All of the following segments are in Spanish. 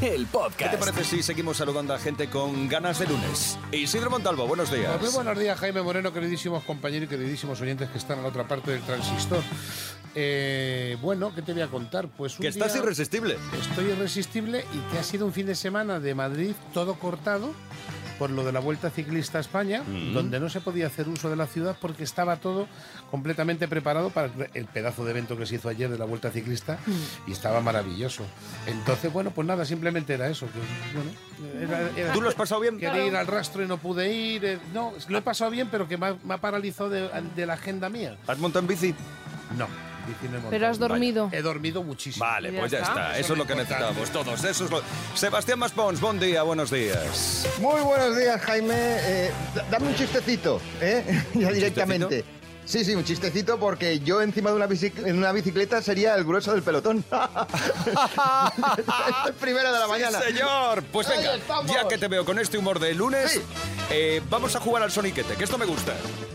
el ¿Qué te podcast. parece si seguimos saludando a gente con ganas de lunes? Isidro Montalvo, buenos días. Pues muy buenos días, Jaime Moreno, queridísimos compañeros y queridísimos oyentes que están a la otra parte del transistor. Eh, bueno, ¿qué te voy a contar? Pues un Que estás día irresistible. estoy irresistible y que ha sido un fin de semana de Madrid todo cortado por lo de la Vuelta Ciclista a España, Mm. donde no se podía hacer uso de la ciudad porque estaba todo completamente preparado para el pedazo de evento que se hizo ayer de la Vuelta Ciclista y estaba maravilloso. Entonces, bueno, pues nada, simplemente era eso. que, bueno, era- era- ¿Tú lo has pasado bien? Quería ir al rastro y no pude ir. eh, No, lo Ah. he pasado bien, pero que me ha, me ha paralizado de, de la agenda mía. ¿Has montado en bici? No, bici no he montado. Pero has dormido. He dormido muchísimo. Vale, Ya pues ya está. está. Eso es lo que necesitábamos todos. Eso es lo... Sebastián Maspons, buen día, buenos días. Muy buenos días, Jaime. Eh, da- dame un chistecito, ¿eh? ya ¿Un directamente. Sí, sí, un chistecito porque yo encima de una, bicic- en una bicicleta sería el grueso del pelotón. Este es el primero de la mañana. Sí, señor. Pues Ahí venga, estamos. ya que te veo con este humor de lunes, Sí. eh, vamos a jugar al soniquete, que esto me gusta.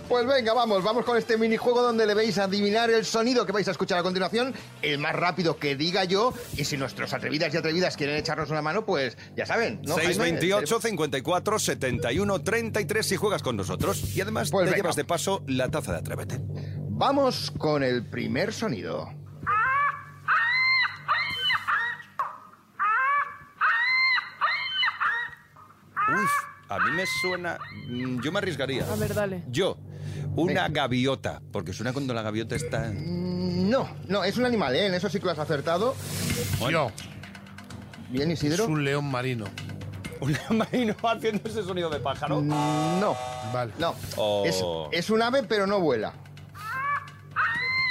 Pues venga, vamos, vamos con este minijuego donde le vais a adivinar el sonido que vais a escuchar a continuación, el más rápido que diga yo, y si nuestros atrevidas y atrevidas quieren echarnos una mano, pues ya saben, ¿no? Jaime? Este, 628 54 71 33 si juegas con nosotros. Y además Pues te venga. llevas de paso la taza de Atrévete. Vamos con el primer sonido. Uf, a mí me suena. mm, Yo me arriesgaría. A ver, dale. Yo, una gaviota, porque suena cuando la gaviota está. No, no, es un animal, ¿eh? En eso sí que lo has acertado. Yo, Bien, es Isidro. un león marino. Un marino haciendo ese sonido de pájaro. No, Vale. no. Oh. Es, es un ave, pero no vuela.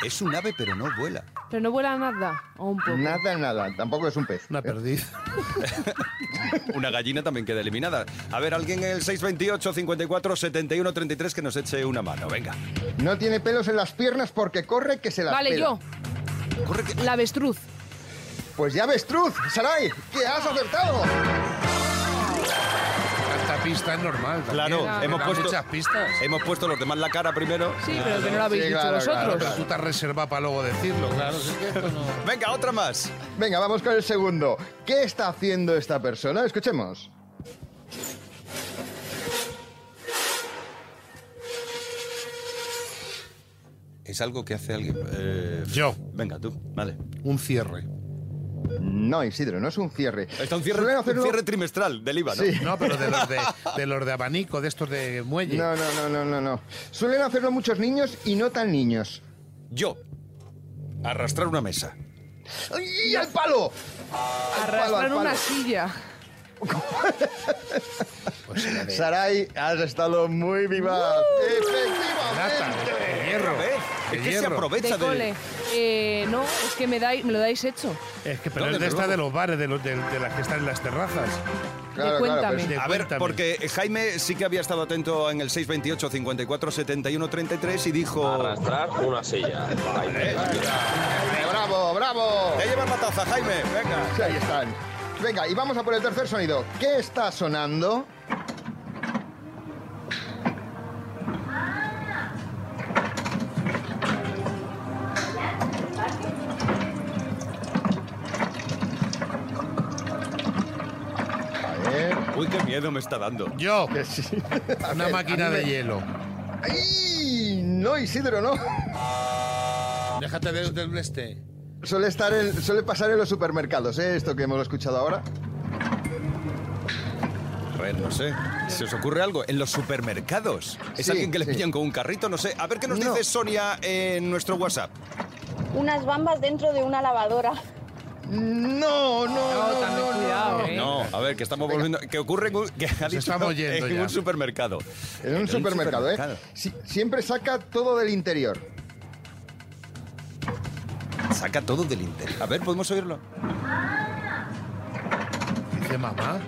Es un ave, pero no vuela. Pero no vuela nada, o un poco. Nada, nada. Tampoco es un pez. Una perdiz. Una gallina también queda eliminada. A ver, alguien en el 628 54 71 33 que nos eche una mano. Venga. Eh, No tiene pelos en las piernas porque corre que se las Vale, pela. yo, Corre que- la avestruz. Pues ya ves, Truz, Sarai, que has acertado. Tanta pista es normal. también. Claro, Te hemos dan puesto- muchas pistas. Hemos puesto los demás la cara primero. Sí, pero que no lo habéis Sí, dicho claro, vosotros. Pero tú te has reservado para luego decirlo, claro. sí que esto no- Venga, otra más. Venga, vamos con el segundo. ¿Qué está haciendo esta persona? Escuchemos. Es algo que hace alguien. eh, Yo. Venga, tú. Vale. Un cierre. No, Isidro, no es un cierre. Está un cierre, Suelen hacer un uno- cierre trimestral del IVA, ¿no? Sí. No, pero de los de, de los de abanico, de estos de muelle. No, no, no, no, no, no. Suelen hacerlo muchos niños y no tan niños. Yo. Arrastrar una mesa. ¡Y al palo! Al palo, al Arrastrar una palo. silla. Sarai, has estado muy viva. Plata, de ¡Efectivamente! hierro. ¿Ves? de Es que ¿Eh? se hierro. aprovecha De cole. Eh, no, es que me, dais, me lo dais hecho. Es que, pero No, es de desde esta luego. de los bares, de, los, de, de las que están en las terrazas. Claro, claro, de cuéntame. pero De A ver, cuéntame. porque Jaime sí que había estado atento en el 628 54 71 33 y dijo... Arrastrar una silla. ¡Bravo, bravo! Ya llevas la taza, Jaime, venga. Sí, Ahí están. Venga, y vamos a por el tercer sonido. ¿Qué está sonando? A ver. Uy, qué miedo me está dando. Yo, que sí. A una ver, máquina a mí de me- hielo. ¡Ay! No, Isidro, no. Déjate de, del este. Suele, estar en- suele pasar en los supermercados, ¿eh? Esto que hemos escuchado ahora. A ver, no sé. ¿Se os ocurre algo? En los supermercados. Es Sí, alguien que le sí. pillan con un carrito, no sé. A ver qué nos No. dice Sonia en nuestro WhatsApp. Unas bambas dentro de una lavadora. No, no, no, no, también no, cuidado, ¿eh? No, a ver, que estamos volviendo. Que ocurre en un, que ha dicho estamos yendo en ya. un supermercado. En un supermercado, ¿eh? Si- siempre saca todo del interior. Saca todo del interior. A ver, ¿podemos oírlo? Dice mamá.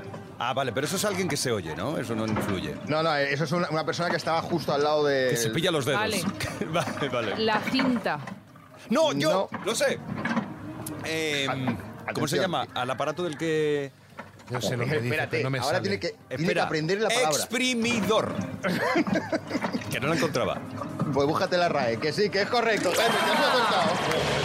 Ah, vale, pero eso es alguien que se oye, ¿no? Eso no influye. No, no, eso es una, una persona que estaba justo al lado de. Que se pilla los dedos. Vale. vale, vale. La cinta. No, yo No. lo sé. Eh, ¿Cómo se atención. llama? Al aparato del que... Yo sé lo que dice, Espérate, pero no me ahora sale. tiene que, tiene que Espera. aprender la palabra. Exprimidor. que no la encontraba. Pues búscate la RAE, que sí, que es correcto. Jaime, que has acertado.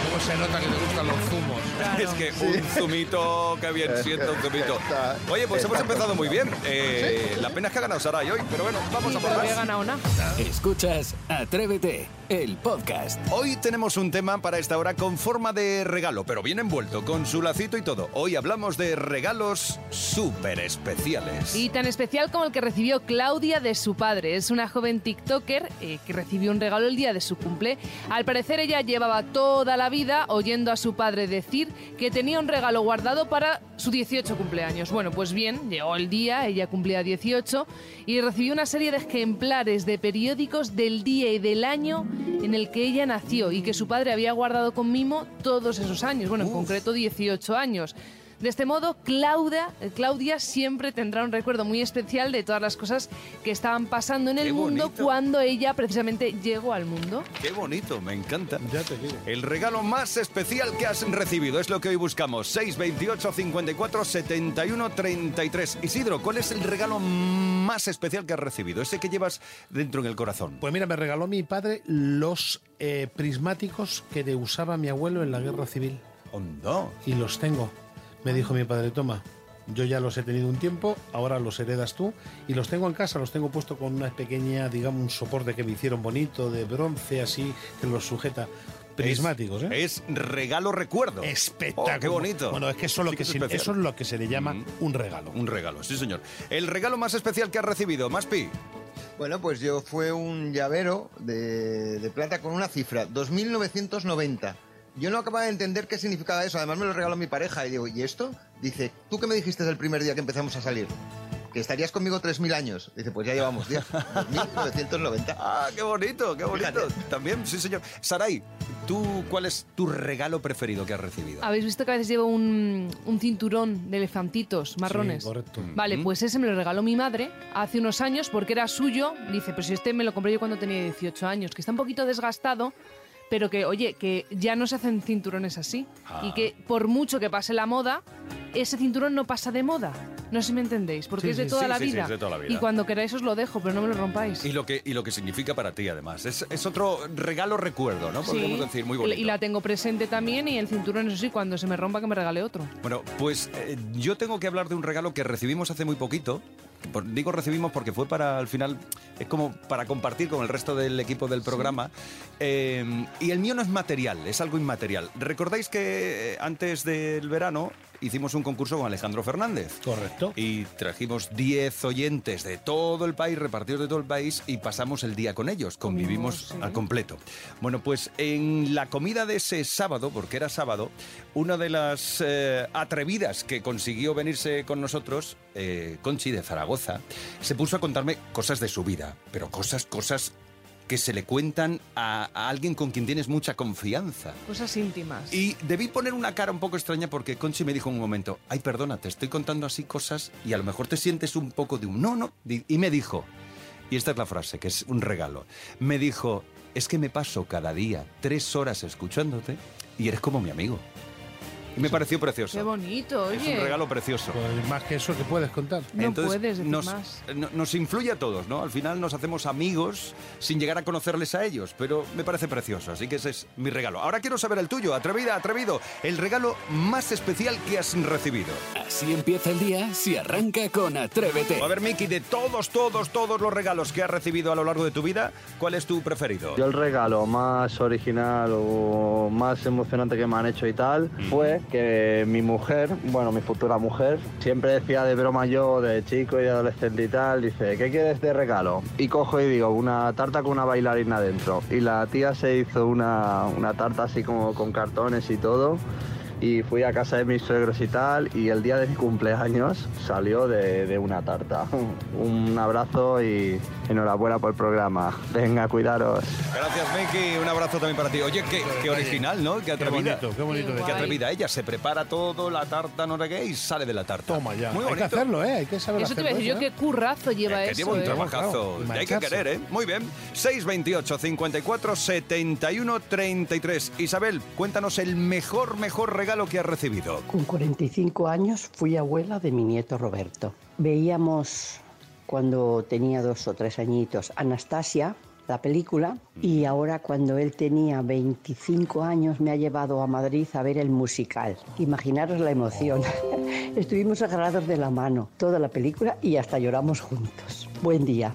¿Cómo se nota que te gustan los zumos? Es que un zumito, qué bien siento un zumito. Está- Oye, pues hemos está empezado muy bien. Eh, La pena es que ha ganado Saray hoy, pero bueno, vamos Y a por todavía he más. ganado nada. Escuchas Atrévete, el podcast. Hoy tenemos un tema para esta hora con forma de regalo, pero bien envuelto, con su lacito y todo. Hoy hablamos de regalos súper especiales. Y tan especial como el que recibió Claudia de su padre. Es una joven TikToker eh, que recibió un regalo el día de su cumple. Al parecer ella llevaba toda la vida oyendo a su padre decir que tenía un regalo guardado para su 18 cumpleaños. Bueno, pues bien, llegó el día, ella cumplía 18 y recibió una serie de ejemplares de periódicos del día y del año en el que ella nació y que su padre había guardado con mimo todos esos años. Bueno, en concreto 18 años. De este modo, Claudia, eh, Claudia siempre tendrá un recuerdo muy especial de todas las cosas que estaban pasando en el Qué mundo bonito. cuando ella precisamente llegó al mundo. Qué bonito, me encanta. Ya te digo. El regalo más especial que has recibido es lo que hoy buscamos. 628 54 71 33. Isidro, ¿cuál es el regalo más especial que has recibido? Ese que llevas dentro en el corazón. Pues mira, me regaló mi padre los eh, prismáticos que le usaba mi abuelo en la guerra civil. Hondo. Y los tengo. Me dijo mi padre, toma, yo ya los he tenido un tiempo, ahora los heredas tú. Y los tengo en casa, los tengo puesto con una pequeña, digamos, un soporte que me hicieron bonito, de bronce, así, que los sujeta. Prismáticos, ¿eh? Es regalo recuerdo. Espectacular. Oh, qué bonito. Bueno, es que eso, es lo Sí que es se- especial. Mm. eso es lo que se le llama un regalo. Un regalo, sí señor. El regalo más especial que has recibido, Maspi. Bueno, pues yo fue un llavero de, de plata con una cifra, 2990. Yo no acababa de entender qué significaba eso, además me lo regaló mi pareja y digo, ¿y esto? Dice, ¿tú qué me dijiste el primer día que empezamos a salir? Que estarías conmigo 3.000 años. Dice, pues ya llevamos 10, 2.990. Ah, qué bonito, qué bonito. También, sí señor. Saray, ¿tú cuál es tu regalo preferido que has recibido? Habéis visto que a veces llevo un, un cinturón de elefantitos marrones. Sí, correcto. Mm. Vale, pues ese me lo regaló mi madre hace unos años porque era suyo. Dice, pero si este me lo compré yo cuando tenía 18 años, que está un poquito desgastado, pero que, oye, que ya no se hacen cinturones así. Ah. Y que por mucho que pase la moda, ese cinturón no pasa de moda. No sé si me entendéis, porque Sí, es de sí, toda sí, la sí, sí, vida. es de toda la vida. Y cuando queráis os lo dejo, pero no me lo rompáis. Y lo que, y lo que significa para ti, además. Es, es otro regalo recuerdo, ¿no? Sí. Podríamos decir, muy Y- bonito. Y la tengo presente también y el cinturón, eso sí, cuando se me rompa que me regale otro. Bueno, pues eh, yo tengo que hablar de un regalo que recibimos hace muy poquito. Por- digo recibimos porque fue para, al final, es como para compartir con el resto del equipo del programa. Eh, y el mío no es material, es algo inmaterial. ¿Recordáis que eh, antes del verano hicimos un concurso con Alejandro Fernández? Correcto. Y trajimos 10 oyentes de todo el país, repartidos de todo el país, y pasamos el día con ellos, convivimos Comimos, sí. al completo. Bueno, pues en la comida de ese sábado, porque era sábado, una de las eh, atrevidas que consiguió venirse con nosotros, eh, Conchi de Zaragoza, se puso a contarme cosas de su vida, pero cosas, cosas que se le cuentan a- a alguien con quien tienes mucha confianza. Cosas íntimas. Y debí poner una cara un poco extraña porque Conchi me dijo en un momento, ay, perdona, te estoy contando así cosas y a lo mejor te sientes un poco de un no, no. Di- Y me dijo, y esta es la frase, que es un regalo, me dijo, es que me paso cada día tres horas escuchándote y eres como mi amigo. Y me pareció precioso. Qué bonito, oye. es un regalo precioso. Pues más que eso que puedes contar. No Entonces, puedes decir nos, eh, más. no- nos influye a todos, ¿no? Al final nos hacemos amigos sin llegar a conocerles a ellos, pero me parece precioso, así que ese es mi regalo. Ahora quiero saber el tuyo, atrevida, atrevido, el regalo más especial que has recibido. Así empieza el día si arranca con Atrévete. A ver, Miki, de todos, todos, todos los regalos que has recibido a lo largo de tu vida, ¿cuál es tu preferido? Yo el regalo más original o más emocionante que me han hecho y tal fue que mi mujer, bueno, mi futura mujer, siempre decía de broma yo de chico y adolescente y tal, dice, ¿qué quieres de regalo? Y cojo y digo, una tarta con una bailarina dentro. Y la tía se hizo una, una tarta así como con cartones y todo. y fui a casa de mis suegros y tal y el día de mi cumpleaños salió de, de una tarta. Un abrazo y enhorabuena por el programa. Venga, cuidaros. Gracias, Meki. Un abrazo también para ti. Oye, qué, qué original, ¿no? Qué Qué atrevida. bonito, qué bonito. Qué Qué detalle. guay. atrevida ella. Se prepara todo, la tarta no sé qué, y sale de la tarta. Toma ya. Muy hay que bonito. hacerlo, ¿eh? Hay que saber Eso te iba a hacerlo, decir yo, ¿eh? qué currazo lleva Es que eso. lleva un ¿eh? trabajazo. Claro, y Y hay que mancharse. querer, ¿eh? Muy bien. 628 54 71 33. Isabel, cuéntanos el mejor, mejor regalo que has recibido. Con 45 años fui abuela de mi nieto Roberto. Veíamos cuando tenía dos o tres añitos Anastasia, la película, y ahora cuando él tenía 25 años me ha llevado a Madrid a ver el musical. Imaginaros la emoción. Estuvimos agarrados de la mano toda la película y hasta lloramos juntos. Buen día.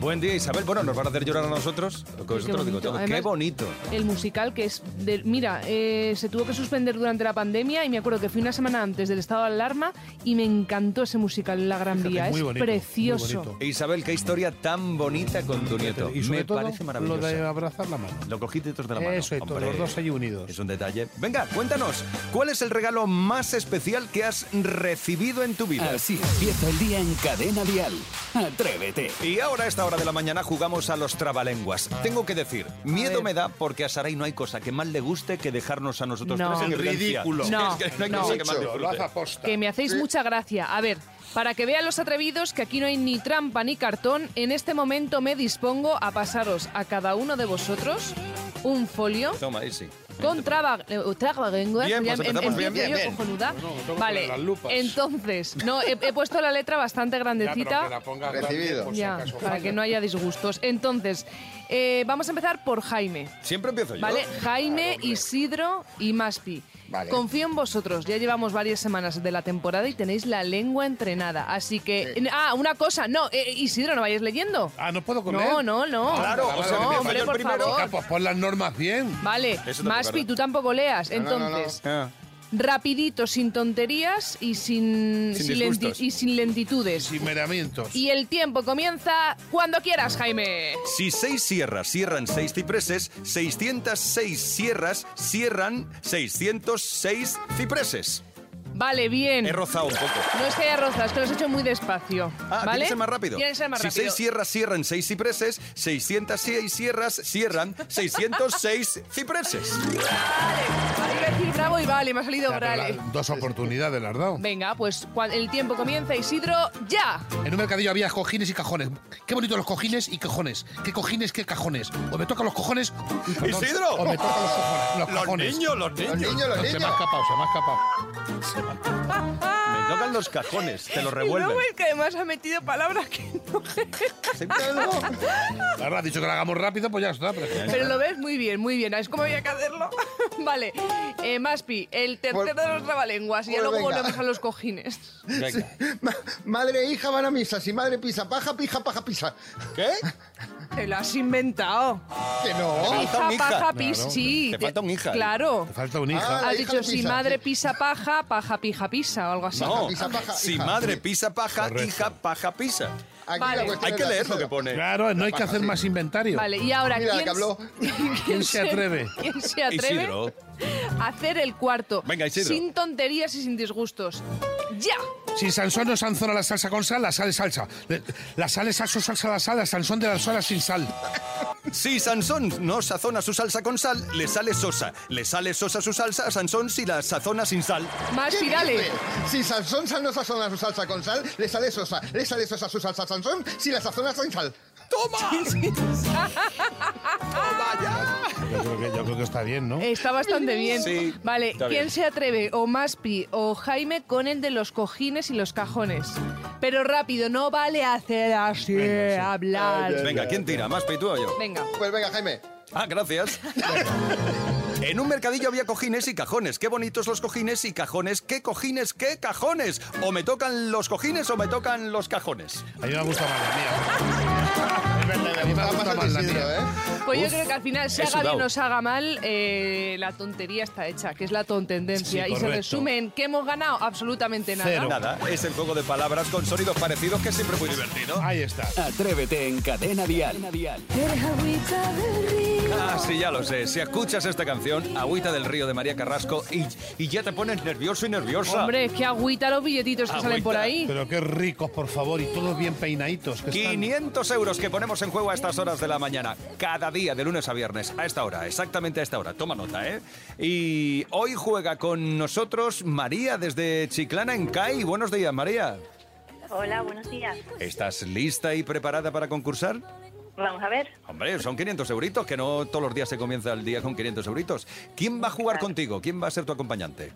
Buen día, Isabel. Bueno, nos van a hacer llorar a nosotros. Con Qué vosotros bonito. digo todo. qué Además- bonito. El musical que es... de- mira, eh, se tuvo que suspender durante la pandemia y me acuerdo que fui una semana antes del estado de alarma y me encantó ese musical, La Gran Fíjate, Vía. muy es bonito, muy precioso. bonito. Isabel, qué historia tan bonita con tu nieto. Y sobre Me todo, parece lo maravillosa. de abrazar la mano. Lo cogiste todos de la mano. Eso es, todos hombre. los dos ahí unidos. Es un detalle. Venga, cuéntanos, ¿cuál es el regalo más especial que has recibido en tu vida? Así empieza el día en Cadena Dial. Atrévete. Y ahora a esta hora de la mañana jugamos a los trabalenguas. Tengo que decir, miedo me da porque a Saray no hay cosa que más le guste que dejarnos a nosotros No. tres en Es evidencia. ridículo. No, Es que no hay no. cosa que más disfrute. aposta. Que me hacéis mucha gracia. A ver, para que vean los atrevidos que aquí no hay ni trampa ni cartón, en este momento me dispongo a pasaros a cada uno de vosotros un folio Toma, ahí sí. con traba, eh, trabalenguas. Bien, pues Ya em- empezamos empiezo bien, bien, yo, bien. cojonuda. No, no, tengo que vale, poner las lupas. entonces, no, he, he puesto la letra bastante grandecita. Recibido. Ya, para que no haya disgustos. Entonces, eh, vamos a empezar por Jaime. Siempre empiezo yo. ¿Vale? Jaime, Isidro y Maspi. Vale. Confío en vosotros. Ya llevamos varias semanas de la temporada y tenéis la lengua entrenada. Así que. Ah, una cosa. No, eh, Isidro, no vayáis leyendo. Ah, no puedo comer. No, no, no. Claro, no, o sea, me hombre, fallo el por primero. favor. Venga, pues pon las normas bien. Vale, Eso también es Maspi, verdad. tú tampoco leas. No, no, no, no. Entonces, Ah. rapidito, sin tonterías y sin, Sin sin lenti- disgustos. y sin lentitudes. Sin meramientos. Y el tiempo comienza cuando quieras, Jaime. Si seis sierras cierran seis cipreses, 606 sierras cierran 606 cipreses. Vale, bien. He rozado un poco. No es que haya rozas, que lo has hecho muy despacio. ¿vale? Ah, tiene que ser más rápido. Tiene que ser más si rápido. seis sierras cierran seis cipreses, 606 sierras cierran 606 cipreses. Vale, iba a decir bravo y vale, me ha salido Ya, pero brale. la- dos oportunidades las has dado. Venga, pues cua- el tiempo comienza, Isidro, ya. En un mercadillo había cojines y cajones. Qué bonitos los cojines y cajones. Qué cojines, qué cajones. O me tocan los cojones. Uy, perdón. Isidro. O me tocan los cojones. Los, Los cajones. niños, los Los niños. niños, los Se me ha niños. escapado, se me ha escapado. Me tocan los cajones, te los Y revuelven. luego el que además ha metido palabras que no. Ahora has dicho que lo hagamos rápido, pues ya está. pero- Eh. Pero lo ves muy bien, muy bien. ¿Sabes cómo había que hacerlo? vale. Eh, Maspi, el tercero Pues- de los trabalenguas. Y ya pues luego venga. volvemos a los cojines. Ma- madre e hija van a misa. Si madre pisa paja, pija, paja, pisa. ¿Qué? Te lo has inventado. Que no. falta un Hija, hija. paja, pis, Claro. sí. Te falta un hija ahí. Claro. Te falta un Ah, hija. la hija Has dicho, de si pisa. madre pisa paja, paja, pija, pisa o algo así. No, Pisa, paja, si hija. madre pisa paja, Correcto. hija paja pisa. Aquí Vale. la cuestión Hay que es la leer lo pisa. que pone. Claro, no hay que paja, hacer sí. más inventario. Vale, y ahora, Mira, la ¿quién, que habló. ¿Quién se atreve? quién se atreve Isidro. a hacer el cuarto? Venga, Isidro. Sin tonterías y sin disgustos. ¡Ya! Si Sansón no sanzona la salsa con sal, la sal es salsa. Le- La sal es salsa, salsa, la sal, la Sansón de la sal sin sal. Si Sansón no sazona su salsa con sal, le sale sosa. Le sale sosa su salsa a Sansón si la sazona sin sal. Más ¿Qué virales. dice? Si Sansón sal no sazona su salsa con sal, le sale sosa. Le sale sosa su salsa a Sansón si la sazona sin sal. ¡Toma! Yo creo que, yo creo que está bien, ¿no? Está bastante bien. Sí, vale, está ¿quién bien. se atreve? O Maspi o Jaime con el de los cojines y los cajones. Pero rápido, no vale hacer así, hablar. Venga, ¿quién tira? ¿Más tú o yo? Venga. Pues venga, Jaime. Ah, gracias. En un mercadillo había cojines y cajones. Qué bonitos los cojines y cajones. Qué cojines, qué cajones. O me tocan los cojines o me tocan los cajones. A mí me gusta más la mía. A mí me Ah, gusta pasa más el la Isidro, mía. ¿eh? Pues yo creo que al final, se he haga bien sudado. o se haga mal, eh, la tontería está hecha, que es la tontendencia. Sí, y se correcto. resume en que hemos ganado absolutamente nada. Cero. Nada, es el juego de palabras con sonidos parecidos que es siempre ¿eh? muy divertido. Ahí está. Atrévete en Cadena Dial. Eres agüita del río, Ah, sí, ya lo sé. Si escuchas esta canción, Agüita del Río de María Carrasco, y, y ya te pones nervioso y nerviosa. Hombre, es que agüita los billetitos que salen Agüita. por ahí. Pero qué ricos, por favor, y todos bien peinaditos. Que están- 500 euros que ponemos en juego a estas horas de la mañana, cada día de lunes a viernes, a esta hora, exactamente a esta hora. Toma nota, ¿eh? Y hoy juega con nosotros María desde Chiclana en CAI. Buenos días, María. Hola, buenos días. ¿Estás lista y preparada para concursar? Vamos a ver. Hombre, son 500 euritos, que no todos los días se comienza el día con 500 euritos. ¿Quién va a jugar contigo? ¿Quién va a ser tu acompañante?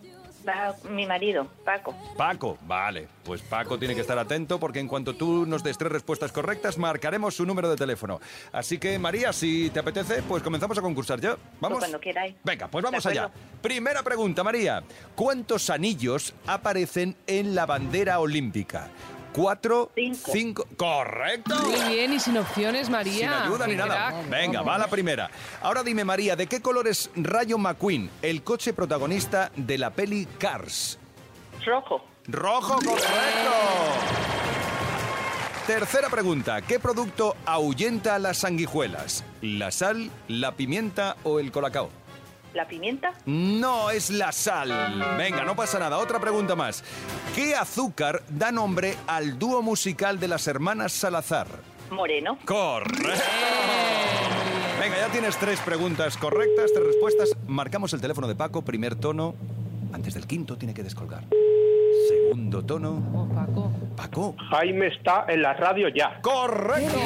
Va mi marido, Paco. Paco, vale. Pues Paco tiene que estar atento porque en cuanto tú nos des tres respuestas correctas, marcaremos su número de teléfono. Así que, María, si te apetece, pues comenzamos a concursar ya. Vamos. Pues cuando queráis. Venga, pues vamos De allá. acuerdo. Primera pregunta, María. ¿Cuántos anillos aparecen en la bandera olímpica? Cuatro, Cinco. cinco. ¡Correcto! Muy bien, y sin opciones, Sin María. ayuda ni Qué nada. crack. Venga, va la primera. Ahora dime, María, ¿de qué color es Rayo McQueen, el coche protagonista de la peli Cars? Rojo. Rojo, correcto. Tercera pregunta. ¿Qué producto ahuyenta a las sanguijuelas? ¿La sal, la pimienta o el colacao? La pimienta. No es la sal. Venga, no pasa nada. Otra pregunta más. ¿Qué azúcar da nombre al dúo musical de las hermanas Salazar? Moreno. Correcto. Venga, ya tienes tres preguntas correctas, tres respuestas. Marcamos el teléfono de Paco, primer tono. Antes del quinto tiene que descolgar. Segundo tono. Oh, Paco. Paco. Jaime está en la radio ya. Correcto.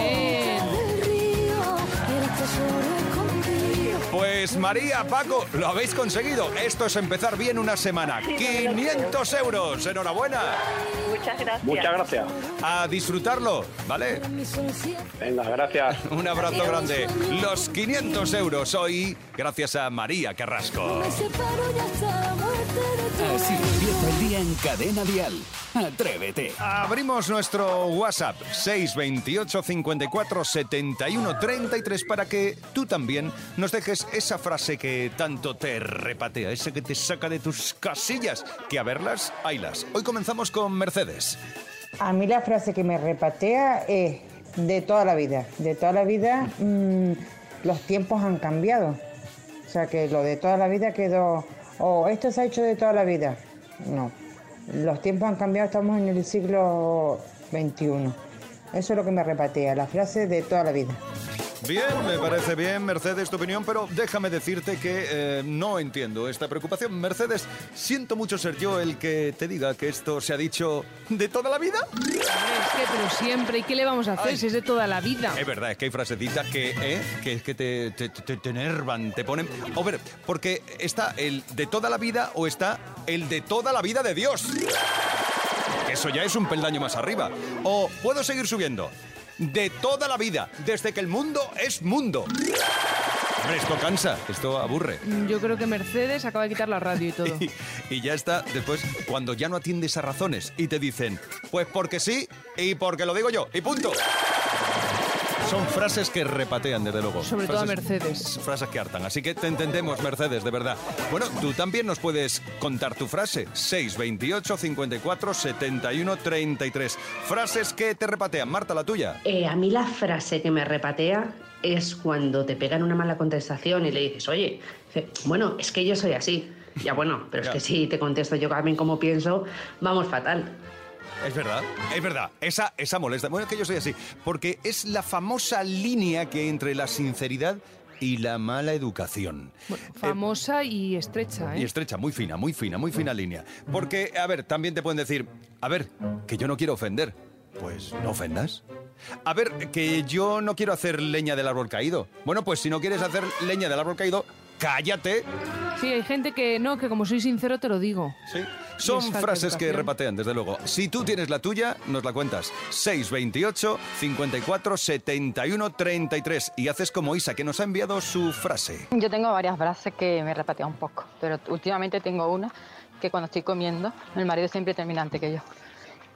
Pues María, Paco, lo habéis conseguido. Esto es empezar bien una semana. 500 euros. Enhorabuena. Muchas gracias. Muchas gracias. A disfrutarlo, ¿vale? Venga, gracias. Un abrazo grande. Los 500 euros hoy, gracias a María Carrasco. Así empieza el día en Cadena Dial. Atrévete. Abrimos nuestro WhatsApp 628 54 71 33 para que tú también nos dejes esa frase que tanto te repatea, esa que te saca de tus casillas, que a verlas, haylas. Hoy comenzamos con Mercedes. A mí la frase que me repatea es de toda la vida. De toda la vida mm, los tiempos han cambiado. O sea que lo de toda la vida quedó, o esto se ha hecho de toda la vida. No, los tiempos han cambiado, estamos en el siglo XXI. Eso es lo que me repatea, la frase de toda la vida. Bien, me parece bien, Mercedes, tu opinión, pero déjame decirte que eh, no entiendo esta preocupación. Mercedes, siento mucho ser yo el que te diga que esto se ha dicho de toda la vida. Es que, pero siempre, ¿y qué le vamos a hacer Ay. Eh. si es de toda la vida? Es verdad, es que hay frasecitas que, ¿eh? que, es que te, te, te- te enervan, te ponen... A ver, porque está el de toda la vida o está el de toda la vida de Dios. Que Eso ya es un peldaño más arriba. O puedo seguir subiendo. De toda la vida, desde que el mundo es mundo. Hombre, esto cansa, esto aburre. Mm, Yo creo que Mercedes acaba de quitar la radio y todo. Y, y ya está, después, cuando ya no atiendes a razones y te dicen, pues porque sí y porque lo digo yo, y punto. Son frases que repatean, desde luego. Sobre todo a Frases- Mercedes. Frases que hartan. Así que te entendemos, Mercedes, de verdad. Bueno, tú también nos puedes contar tu frase. 628 54 71 33. Frases que te repatean. Marta, la tuya. Eh, a mí la frase que me repatea es cuando te pegan una mala contestación y le dices, oye, dice, bueno, es que yo soy así. Ya bueno, pero es Ya. que si te contesto yo también como pienso, vamos fatal. Es verdad, es verdad. Esa, esa molesta. Bueno, es que yo soy así. Porque es la famosa línea que hay entre la sinceridad y la mala educación. Bueno, famosa y estrecha, eh, Y ¿eh? estrecha, muy fina, muy fina, muy fina línea. Porque, a ver, también te pueden decir, a ver, que yo no quiero ofender. Pues no ofendas. A ver, que yo no quiero hacer leña del árbol caído. Bueno, pues si no quieres hacer leña del árbol caído, cállate. Sí, hay gente que no, que como soy sincero te lo digo. Sí. Son falta frases que educación. repatean, desde luego. Si tú tienes la tuya, nos la cuentas. 628 54 71 33 y haces como Isa, que nos ha enviado su frase. Yo tengo varias frases que me repatean un poco, pero últimamente tengo una que cuando estoy comiendo, el marido siempre termina antes que yo.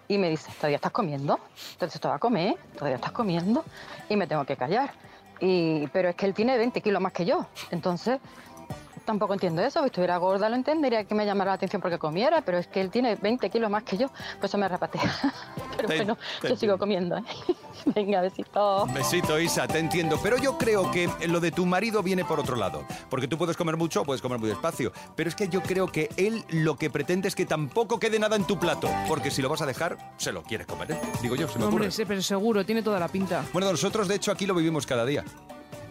Y me dice, ¿todavía estás comiendo? Entonces, ¿todavía comer? ¿Todavía estás comiendo? Y me tengo que callar. Y, pero es que él tiene 20 kilos más que yo. Entonces, tampoco entiendo eso. Si estuviera gorda lo entendería que me llamara la atención porque comiera, pero es que él tiene 20 kilos más que yo. Pues eso me repatea. Pero Te- bueno, te yo sigo comiendo, ¿eh? Venga, besitos. Besito, Isa, te entiendo. Pero yo creo que lo de tu marido viene por otro lado. Porque tú puedes comer mucho o puedes comer muy despacio. Pero es que yo creo que él lo que pretende es que tampoco quede nada en tu plato. Porque si lo vas a dejar, se lo quieres comer. ¿eh? Digo yo, se me ocurre. Hombre, sí, pero seguro, tiene toda la pinta. Bueno, nosotros de hecho aquí lo vivimos cada día.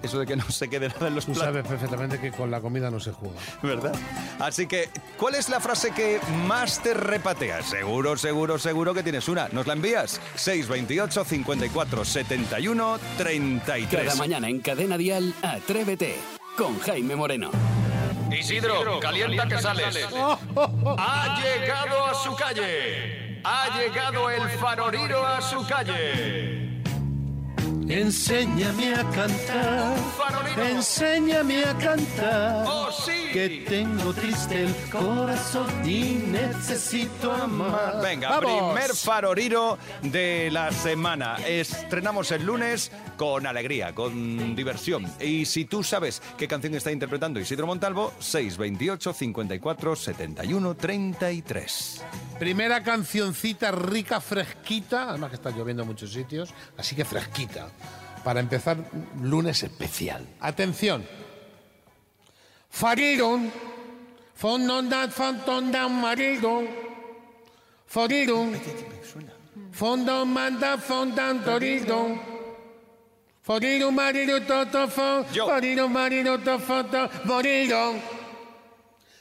Eso de que no se quede nada en los Tú platos, sabes perfectamente que con la comida no se juega. ¿verdad? Así que, ¿cuál es la frase que más te repatea? Seguro, seguro, seguro que tienes una. ¿Nos la envías? 628 54 71 33. Cada mañana en Cadena Dial, Atrévete con Jaime Moreno. Isidro, calienta, que sales. Ha llegado a su calle. Ha llegado el faroriro a su calle. Enséñame a cantar, enséñame a cantar, que tengo triste el corazón y necesito amar. Venga, primer faroriro de la semana. Estrenamos el lunes con alegría, con diversión. Y si tú sabes qué canción está interpretando Isidro Montalvo, 628 54 71 33. Primera cancioncita rica, fresquita, además que está lloviendo en muchos sitios, así que fresquita. Para empezar, lunes especial. Atención. Fariron, fondondan, fondondan, marido. Foriron, fondon, manda, fondan, torido. Foriron, marido, toto, fon, foriron, marido, toto, foto, foriron.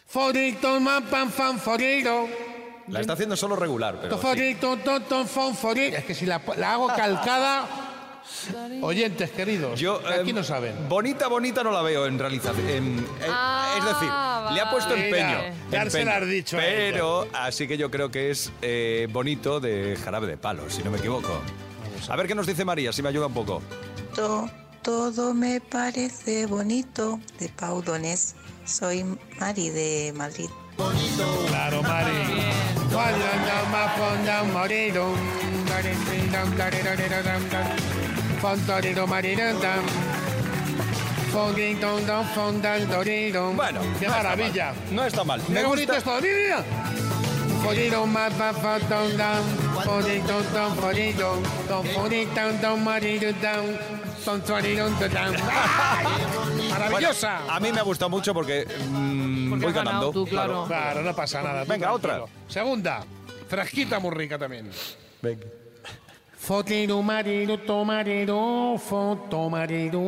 Forito, man, pan, fan, foriron. La está haciendo solo regular, pero. sí. Toforito, totón, fonforito. Es que si la, la hago calcada, oyentes queridos, Yo, que aquí eh, no saben. Bonita, bonita no la veo en realización. en- en- Ah, es decir, le ha puesto vale. empeño. Mira, ya se empeño. la has dicho a Pero, así que yo creo que es eh, bonito de jarabe de palo, si no me equivoco. A ver qué nos dice María, si me ayuda un poco. To- todo me parece bonito de Pau Donés. Soy Mari de Madrid. Claro, Mari. Fondondan, ma, fondan, morero. Doririrán, doririrán, dam. Fondoriro, marirán, dam. Fonditón, don, fondan, doriro. Bueno, qué no está maravilla. mal, No está mal. Mira Me qué bonito gusta. esto, mira, mira. Forito, ma, pa, pa, ton, dan. Forito, ton, forito. Ton, forito, don, marido, dan. Ton, forito, don, dan. ¡Ay! ¡Maravillosa! Bueno, a mí me ha gustado mucho porque, mm, voy ganando. claro. no pasa nada. tú Venga, otra. tranquilo. Segunda. Frasquita muy rica también. Venga. Fotero, marero, tomarero, fotomarero,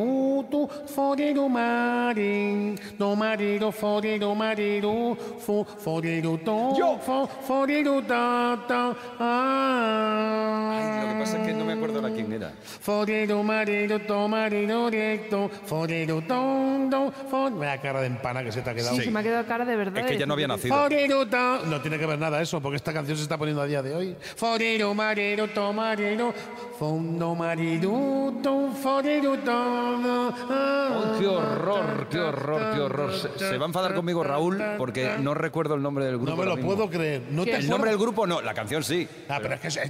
tu, forero, mare, tomarero, forero, marero, fo, forero, to, fo, forero, ta, ta, ah. Lo que pasa es que no me acuerdo ahora quién era. Forero, marero, tomarero, recto, forero, tondo, for... Vaya cara de empana que se te ha quedado. Sí, se me ha quedado cara de verdad. ¿eh? de decirte. Forero, ta- No tiene que ver nada eso, porque esta canción se está poniendo a día de hoy. Forero, marero, tomarero, fondo, marero, tom, forero, ah. todo. Oh, ¡Qué horror, qué horror, qué horror! Se, se va a enfadar conmigo Raúl porque no recuerdo el nombre del grupo. No me ahora lo mismo. puedo creer. No te el nombre del grupo no, la canción sí. Ah, pero es que se, se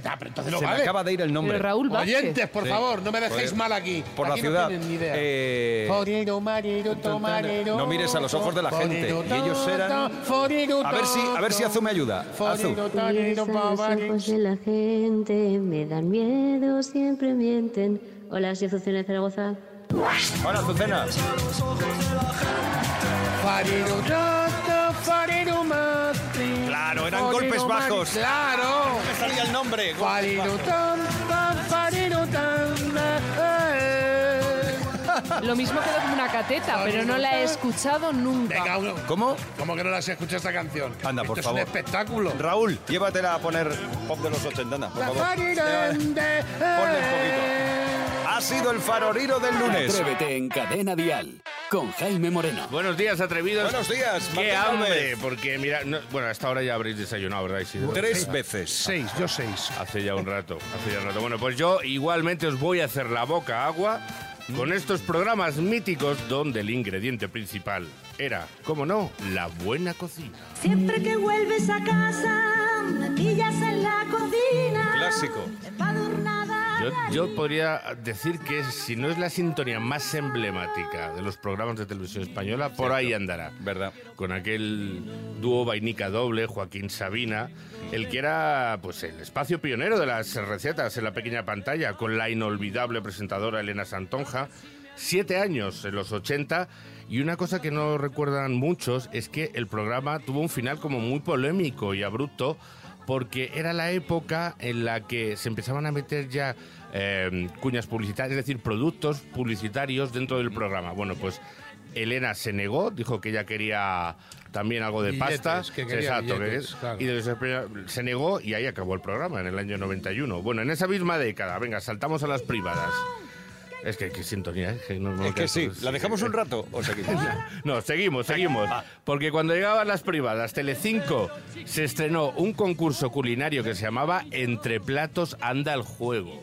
me acaba de ir el nombre. Oyentes, por Sí, favor, no me dejéis joder. mal aquí. Por la Aquí no ciudad. tienen ni idea. eh, Forero, marero, tomarero. no mires a los ojos de la gente. forero, Y ellos ta, eran. ta, forero, A ver si, a ver si ta, Azu me ayuda. Azu. Forero, Y tarero, es a los pavarero. pues ojos de la gente me dan miedo, siempre mienten. Hola, soy Azucena de Zaragoza. Hola, Azucena. Farero, rata, farero, mate. Claro, eran Farero, golpes mate, bajos. Claro. No me salía el nombre, golpes Farero, bajos. tan, tan, farero, tan, eh. Lo mismo quedó como una cateta, pero no la he escuchado nunca. ¿Cómo? ¿Cómo que no las escuchado esta canción? Anda, por Esto favor. Es un espectáculo. Raúl, llévatela a poner pop de los 80, anda, por La favor. farero, de, eh. Ha sido el faroriro del lunes. Atrévete en Cadena Dial con Jaime Moreno. Buenos días, atrevidos. Buenos días, Qué Martín hambre, Gómez. porque mira, no- bueno, hasta ahora ya habréis desayunado, ¿verdad, Isidro? Tres veces. Seis, yo seis. Hace ya un rato, hace ya un rato. Bueno, pues yo igualmente os voy a hacer la boca agua con estos programas míticos donde el ingrediente principal eh, era, cómo no, la buena cocina. Siempre que vuelves a casa, me pillas en la cocina. Clásico. Empadurnada Yo, yo podría decir que si no es la sintonía más emblemática de los programas de televisión española, por ahí andará. ¿Verdad? Con aquel dúo Vainica Doble, Joaquín Sabina, el que era pues el espacio pionero de las recetas en la pequeña pantalla, con la inolvidable presentadora Elena Santonja. Siete años en los 80 y una cosa que no recuerdan muchos es que el programa tuvo un final como muy polémico y abrupto porque era la época en la que se empezaban a meter ya eh, cuñas publicitarias, es decir, productos publicitarios dentro del programa. Bueno, pues Elena se negó, dijo que ella quería también algo de Billetes, pasta. que quería Exacto, billetes, que- claro. y de los espe- se negó y ahí acabó el programa en el año 91. Bueno, en esa misma década, venga, saltamos a las privadas. Es que qué sintonía, ¿eh? Que no- no- Es que sí, ¿la dejamos un rato o seguimos? no, seguimos, seguimos. Porque cuando llegaban las privadas, Telecinco se estrenó un concurso culinario que se llamaba Entre platos anda el juego.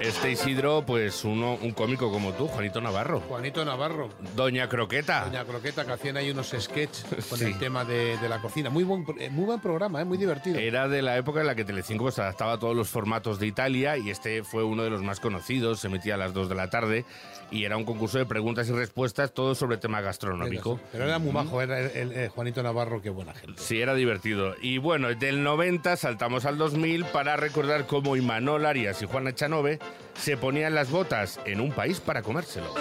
Este Isidro, pues uno, un cómico como tú, Juanito Navarro. Juanito Navarro. Doña Croqueta. Doña Croqueta, que hacían ahí unos sketches con Ah. Sí. el tema de, de la cocina. Muy buen, pro- eh, muy buen programa, eh, muy divertido. Era de la época en la que Telecinco pues, adaptaba todos los formatos de Italia y este fue uno de los más conocidos, se emitía a las 2 de la tarde y era un concurso de preguntas y respuestas, todo sobre tema gastronómico. Pero era muy Ujú. majo, era el- el- el Juanito Navarro, qué buena gente. Sí, era divertido. Y bueno, del 90 saltamos al 2000 para recordar cómo Imanol Arias y Juana Chanove se ponían las botas en un país para comérselo.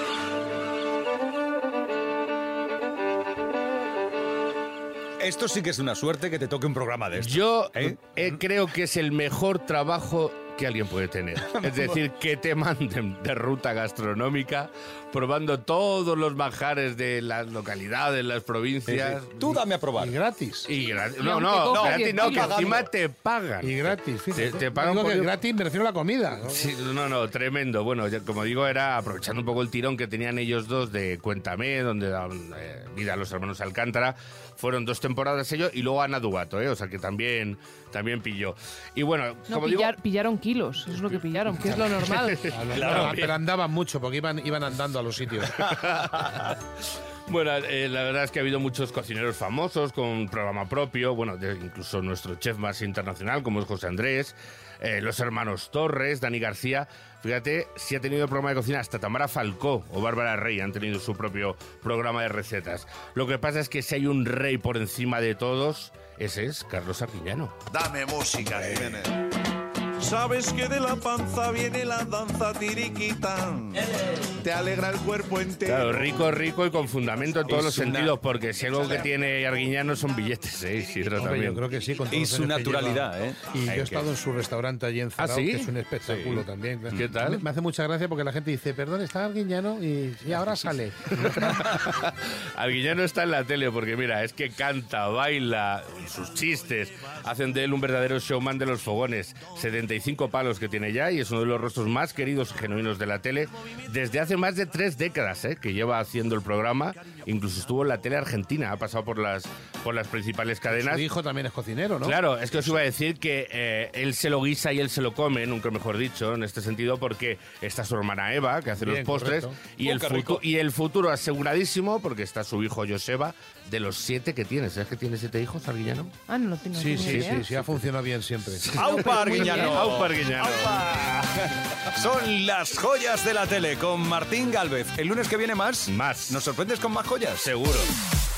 Esto sí que es una suerte que te toque un programa de esto. Yo eh, creo que es el mejor trabajo que alguien puede tener. Es decir, que te manden de ruta gastronómica probando todos los manjares de las localidades, las provincias. Tú dame a probar. Y gratis. Y gratis. Y No, aunque no, cojas gratis no, que diez kilos. encima te pagan. Y gratis, fíjate. Te, te pagan Digo por que ir- gratis, me refiero a la comida. ¿no? Sí, no, no, tremendo. Bueno, ya, como digo, era aprovechando un poco el tirón que tenían ellos dos de Cuéntame, donde daban eh, vida a los hermanos Alcántara. Fueron dos temporadas ellos y luego Ana Dubato, ¿eh? o sea que también, también pilló. Y bueno, No, como pillar- pillaron kilos, eso es lo que pillaron, que es lo normal. Claro, Claro, pero- bien. pero andaban mucho porque iban, iban andando a los sitios. digo, bueno, eh, la verdad es que ha habido muchos cocineros famosos con un programa propio, bueno, de- incluso nuestro chef más internacional, como es José Andrés, eh, los hermanos Torres, Dani García. Fíjate, si ha tenido programa de cocina hasta Tamara Falcó o Bárbara Rey han tenido su propio programa de recetas. Lo que pasa es que si hay un rey por encima de todos, ese es Carlos Arguiñano. Dame música, Jiménez. Sabes que de la panza viene la danza tiriquita. Te alegra el cuerpo entero. Claro, rico, rico y con fundamento en todos Es los una- sentidos, porque si algo que tiene Arguiñano son billetes, ¿eh? Isidro, Hombre, también. yo creo que sí. con todos Y los su años que naturalidad, lleva. ¿eh? Y Hay yo he que- estado en su restaurante allí en Zarao, ¿Ah, sí? que es un espectáculo también. ¿Qué tal? Me- Me hace mucha gracia porque la gente dice, perdón, está Arguiñano y, y ahora sale. Arguiñano está en la tele porque, mira, es que canta, baila, sus chistes hacen de él un verdadero showman de los fogones. 75 palos que tiene ya y es uno de los rostros más queridos y genuinos de la tele desde hace más de tres décadas ¿eh? que lleva haciendo el programa. Incluso estuvo en la tele argentina, ha pasado por las, por las principales cadenas. Su hijo también es cocinero, ¿no? Claro, es que os iba a decir que eh, él se lo guisa y él se lo come, nunca mejor dicho, en este sentido, porque está su hermana Eva, que hace Bien, los postres, correcto. y Oh, el, qué futu- rico. y el futuro aseguradísimo, porque está su hijo Joseba, de los siete que tiene. ¿Sabes que tiene siete hijos, Arguillano? Ah, no lo tengo Sí, ni sí, idea. sí, sí, ha funcionado bien siempre. ¡Aupa, Arguiñano! Aupa, Arguiñano. Son las joyas de la tele con Martín Galvez. El lunes que viene más. Más. ¿Nos sorprendes con más joyas? Seguro.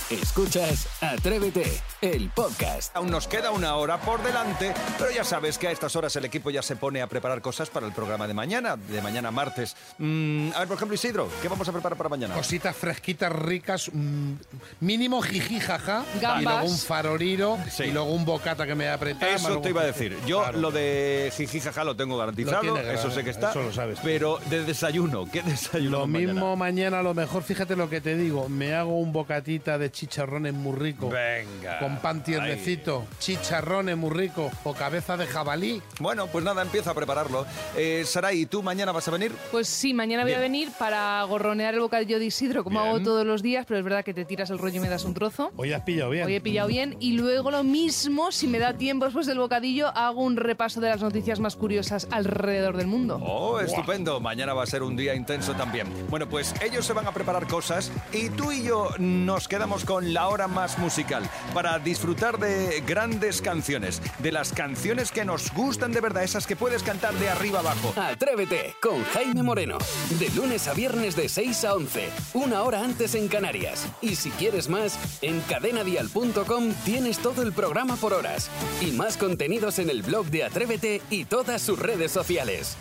Escuchas Atrévete, el podcast. Aún nos queda una hora por delante, pero ya sabes que a estas horas el equipo ya se pone a preparar cosas para el programa de mañana, de mañana martes. Mm, a ver, por ejemplo, Isidro, ¿qué vamos a preparar para mañana? Cositas fresquitas, ricas, mm, mínimo jiji, jaja, Gambas. y luego un faroriro, y luego un bocata que me voy a apretar. más Eso luego- te iba a decir. Yo Claro. lo de jijijaja lo tengo garantizado, Lo tiene, eso sé que está. eso lo sabes. Pero de desayuno, ¿qué desayuno? Lo mañana? mismo mañana a lo mejor, fíjate lo que te digo, me hago un bocatita de chicharrones muy rico. Venga. Con pan tiernecito, chicharrones muy rico o cabeza de jabalí. Bueno, pues nada, empieza a prepararlo. Eh, Saray, ¿y tú mañana vas a venir? Pues sí, mañana voy a Bien. venir para gorronear el bocadillo de Isidro, como hago todos los días, pero es verdad que te tiras el rollo y me das un trozo. Hoy has pillado bien. Hoy he pillado bien y luego lo mismo, si me da tiempo después del bocadillo, hago un repaso de las noticias más curiosas alrededor del mundo. Oh, estupendo. Mañana va a ser un día intenso también. Bueno, pues ellos se van a preparar cosas y tú y yo nos quedamos con... con la hora más musical para disfrutar de grandes canciones, de las canciones que nos gustan de verdad, esas que puedes cantar de arriba abajo. Atrévete con Jaime Moreno. De lunes a viernes de 6 a 11. Una hora antes en Canarias. Y si quieres más, en cadenadial.com tienes todo el programa por horas. Y más contenidos en el blog de Atrévete y todas sus redes sociales.